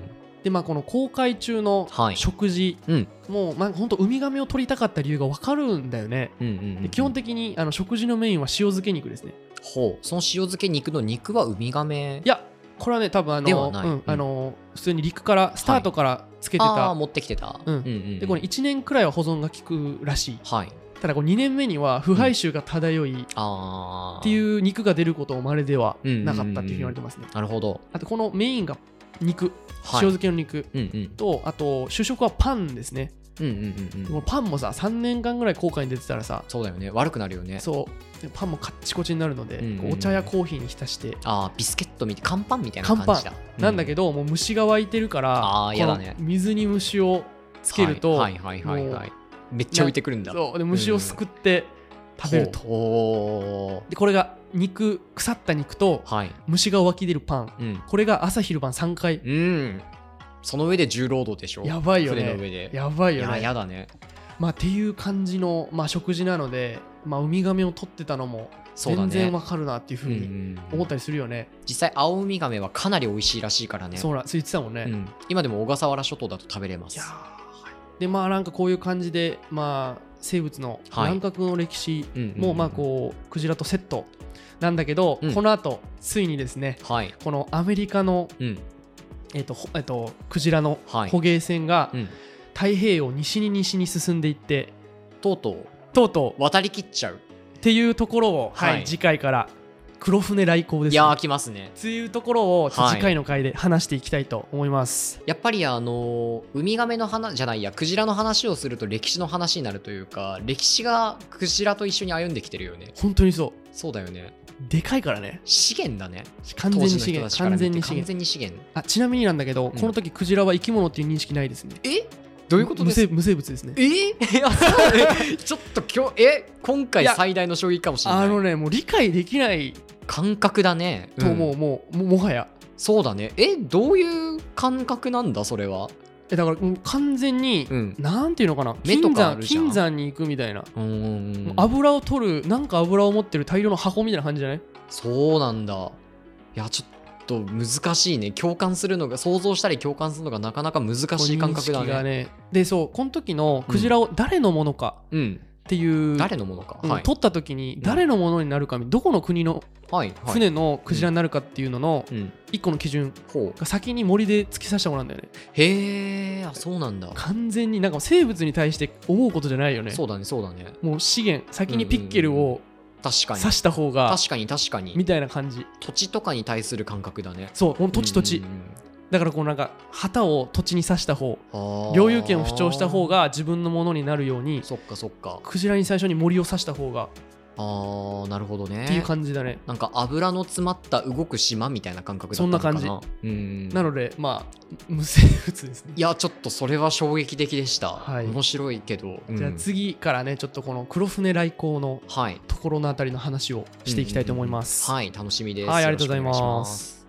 [SPEAKER 2] でまあこの航海中の
[SPEAKER 1] はい
[SPEAKER 2] 食事、
[SPEAKER 1] うん
[SPEAKER 2] もうまあ本当ウミガメを取りたかった理由がわかるんだよね、
[SPEAKER 1] うんうんうん
[SPEAKER 2] で基本的にあの食事のメインは塩漬け肉ですね
[SPEAKER 1] ほうその塩漬け肉の肉はウミガメ
[SPEAKER 2] いやこれはね多分あ
[SPEAKER 1] で
[SPEAKER 2] の
[SPEAKER 1] はない
[SPEAKER 2] うんあの普通に陸からスタートからつけてた、
[SPEAKER 1] ああ持ってきてた、
[SPEAKER 2] うん
[SPEAKER 1] うんうん
[SPEAKER 2] でこれ1年くらいは保存が効くらしい
[SPEAKER 1] はい
[SPEAKER 2] ただこれ2年目には腐敗臭が漂いっ
[SPEAKER 1] ああ
[SPEAKER 2] ていう肉が出ることをまれでは
[SPEAKER 1] うん
[SPEAKER 2] なかったっていうふうに言われてますね
[SPEAKER 1] なるほど
[SPEAKER 2] あとこのメインが肉塩
[SPEAKER 1] はい
[SPEAKER 2] 漬けの肉
[SPEAKER 1] うんうん
[SPEAKER 2] とあと主食はパンですね
[SPEAKER 1] うんうんうん
[SPEAKER 2] こ
[SPEAKER 1] うん
[SPEAKER 2] のパンもさ3年間ぐらい後悔に出てたらさ
[SPEAKER 1] そうだよね悪くなるよね
[SPEAKER 2] そうでパンもカッチコチになるので
[SPEAKER 1] うんうんうん
[SPEAKER 2] こうお茶やコーヒーに浸して
[SPEAKER 1] ああビスケットみたい乾パンみたいな感じだ
[SPEAKER 2] なんだ
[SPEAKER 1] ど
[SPEAKER 2] けどもう虫が湧いてるから
[SPEAKER 1] あー
[SPEAKER 2] この
[SPEAKER 1] やだね
[SPEAKER 2] 水に虫をつけると
[SPEAKER 1] はいはいはいはいはいめっちゃ浮いてくるんだ
[SPEAKER 2] そうで虫をすくって食べると
[SPEAKER 1] と
[SPEAKER 2] でこれが肉腐った肉と
[SPEAKER 1] はい
[SPEAKER 2] 虫が湧き出るパン
[SPEAKER 1] うん
[SPEAKER 2] これが朝昼晩3回
[SPEAKER 1] うんその上で重労働でしょ
[SPEAKER 2] やばいよね
[SPEAKER 1] 船の上で
[SPEAKER 2] やばい
[SPEAKER 1] い
[SPEAKER 2] よ
[SPEAKER 1] や
[SPEAKER 2] ね
[SPEAKER 1] やだね
[SPEAKER 2] まあっていう感じの、まあ、食事なので、まあ、ウミガメを取ってたのも
[SPEAKER 1] そうだ
[SPEAKER 2] 全然
[SPEAKER 1] ね
[SPEAKER 2] わかるなっていうふう
[SPEAKER 1] うんう
[SPEAKER 2] に
[SPEAKER 1] ん
[SPEAKER 2] 思ったりするよね
[SPEAKER 1] 実際青ウミガメはかなり美味しいらしいからね
[SPEAKER 2] そうなそう言ってたもんね、
[SPEAKER 1] う
[SPEAKER 2] い
[SPEAKER 1] ん今でも小笠原諸島だと食べれます
[SPEAKER 2] やーはいでまあなんかこういう感じでまあ生物の
[SPEAKER 1] はい
[SPEAKER 2] 乱獲の歴史
[SPEAKER 1] うんうんうん
[SPEAKER 2] もまあこうクジラとセットなんだけど、
[SPEAKER 1] うん
[SPEAKER 2] この後ついにですね
[SPEAKER 1] はい
[SPEAKER 2] このアメリカの、
[SPEAKER 1] うん
[SPEAKER 2] えっとほえっとクジラの
[SPEAKER 1] はい
[SPEAKER 2] 捕鯨船が
[SPEAKER 1] うん
[SPEAKER 2] 太平洋を西に西に進んでいって
[SPEAKER 1] とうとう
[SPEAKER 2] とうとう
[SPEAKER 1] 渡りきっちゃう
[SPEAKER 2] っていうところを、はい
[SPEAKER 1] はい
[SPEAKER 2] 次回から黒船来航です、
[SPEAKER 1] い
[SPEAKER 2] ね、
[SPEAKER 1] やー来ますね
[SPEAKER 2] っていうところを
[SPEAKER 1] はい
[SPEAKER 2] 次回の回で話していきたいと思います、
[SPEAKER 1] やっぱりあのウミガメの話じゃないやクジラの話をすると歴史の話になるというか歴史がクジラと一緒に歩んできてるよね
[SPEAKER 2] 本当にそ
[SPEAKER 1] そうだよね
[SPEAKER 2] うでかいからね
[SPEAKER 1] 資源だね
[SPEAKER 2] 完全に
[SPEAKER 1] 当
[SPEAKER 2] 資
[SPEAKER 1] 時の人たち
[SPEAKER 2] 源
[SPEAKER 1] から
[SPEAKER 2] 完
[SPEAKER 1] 見て
[SPEAKER 2] 全に資
[SPEAKER 1] 完
[SPEAKER 2] 源
[SPEAKER 1] 全に資源
[SPEAKER 2] あちなみになんだけど、この時クジラは生き物っていう認識ないですね
[SPEAKER 1] えどういうことです
[SPEAKER 2] 無生無生物ですね
[SPEAKER 1] え いやそうねちょっと今日え今回
[SPEAKER 2] いや
[SPEAKER 1] 最大の衝撃かもしれ
[SPEAKER 2] あ
[SPEAKER 1] な
[SPEAKER 2] の
[SPEAKER 1] い
[SPEAKER 2] ねもう理解できない
[SPEAKER 1] 感覚だね
[SPEAKER 2] と思う、
[SPEAKER 1] ん
[SPEAKER 2] もうももはや
[SPEAKER 1] そうだねえどういう感覚なんだそれは
[SPEAKER 2] ええだからもう完全に、
[SPEAKER 1] うん
[SPEAKER 2] なんていうのかな
[SPEAKER 1] 目と
[SPEAKER 2] 金
[SPEAKER 1] かあ
[SPEAKER 2] 山
[SPEAKER 1] るじゃん
[SPEAKER 2] 金山に行くみたいな、
[SPEAKER 1] うんうんうん
[SPEAKER 2] 油を取るなんか油を持ってる大量の箱みたいな感じじゃない
[SPEAKER 1] そうなんだいやちょっと難しいね共感するのが想像したり共感するのがなかなか難しい感覚だ
[SPEAKER 2] こう認識
[SPEAKER 1] ね
[SPEAKER 2] がねでそうこの時のクジラを誰のものか
[SPEAKER 1] うん
[SPEAKER 2] っていう、
[SPEAKER 1] 誰のものか、
[SPEAKER 2] うん
[SPEAKER 1] はい、
[SPEAKER 2] 取った時に誰のものになるかどこの国の
[SPEAKER 1] はいはい
[SPEAKER 2] 船のクジラになるかっていうのの
[SPEAKER 1] うん
[SPEAKER 2] 一個の基準
[SPEAKER 1] ほう
[SPEAKER 2] が先に森で突き刺してもらうんだよね
[SPEAKER 1] へえあそうなんだ
[SPEAKER 2] 完全になんか生物に対して思うことじゃないよね
[SPEAKER 1] そうだねそうだね
[SPEAKER 2] もう資源先にピッケルを
[SPEAKER 1] 確かに
[SPEAKER 2] 刺した方が
[SPEAKER 1] 確かに確かに
[SPEAKER 2] みたいな感じ
[SPEAKER 1] 土地とかに対する感覚だね
[SPEAKER 2] そうほんと土地土地
[SPEAKER 1] うんうんうん
[SPEAKER 2] だからこうなんか旗を土地に刺した方
[SPEAKER 1] あー
[SPEAKER 2] 領有権を主張した方が自分のものになるように
[SPEAKER 1] そっかそっか
[SPEAKER 2] クジラに最初に森を刺した方が
[SPEAKER 1] あーなるほどね
[SPEAKER 2] っていう感じだね
[SPEAKER 1] なんか油の詰まった動く島みたいな感覚だった
[SPEAKER 2] そん
[SPEAKER 1] の
[SPEAKER 2] な
[SPEAKER 1] かな
[SPEAKER 2] 感じ
[SPEAKER 1] うん
[SPEAKER 2] なのでまあ無生物ですね
[SPEAKER 1] いやちょっとそれは衝撃的でした、
[SPEAKER 2] はい
[SPEAKER 1] 面白いけど、うん
[SPEAKER 2] じゃあ次からねちょっとこの黒船来航の
[SPEAKER 1] はい
[SPEAKER 2] ところのあたりの話をしていきたいと思います
[SPEAKER 1] はい楽しみです
[SPEAKER 2] はいありがとうございま
[SPEAKER 1] よろ
[SPEAKER 2] す
[SPEAKER 1] しくお願し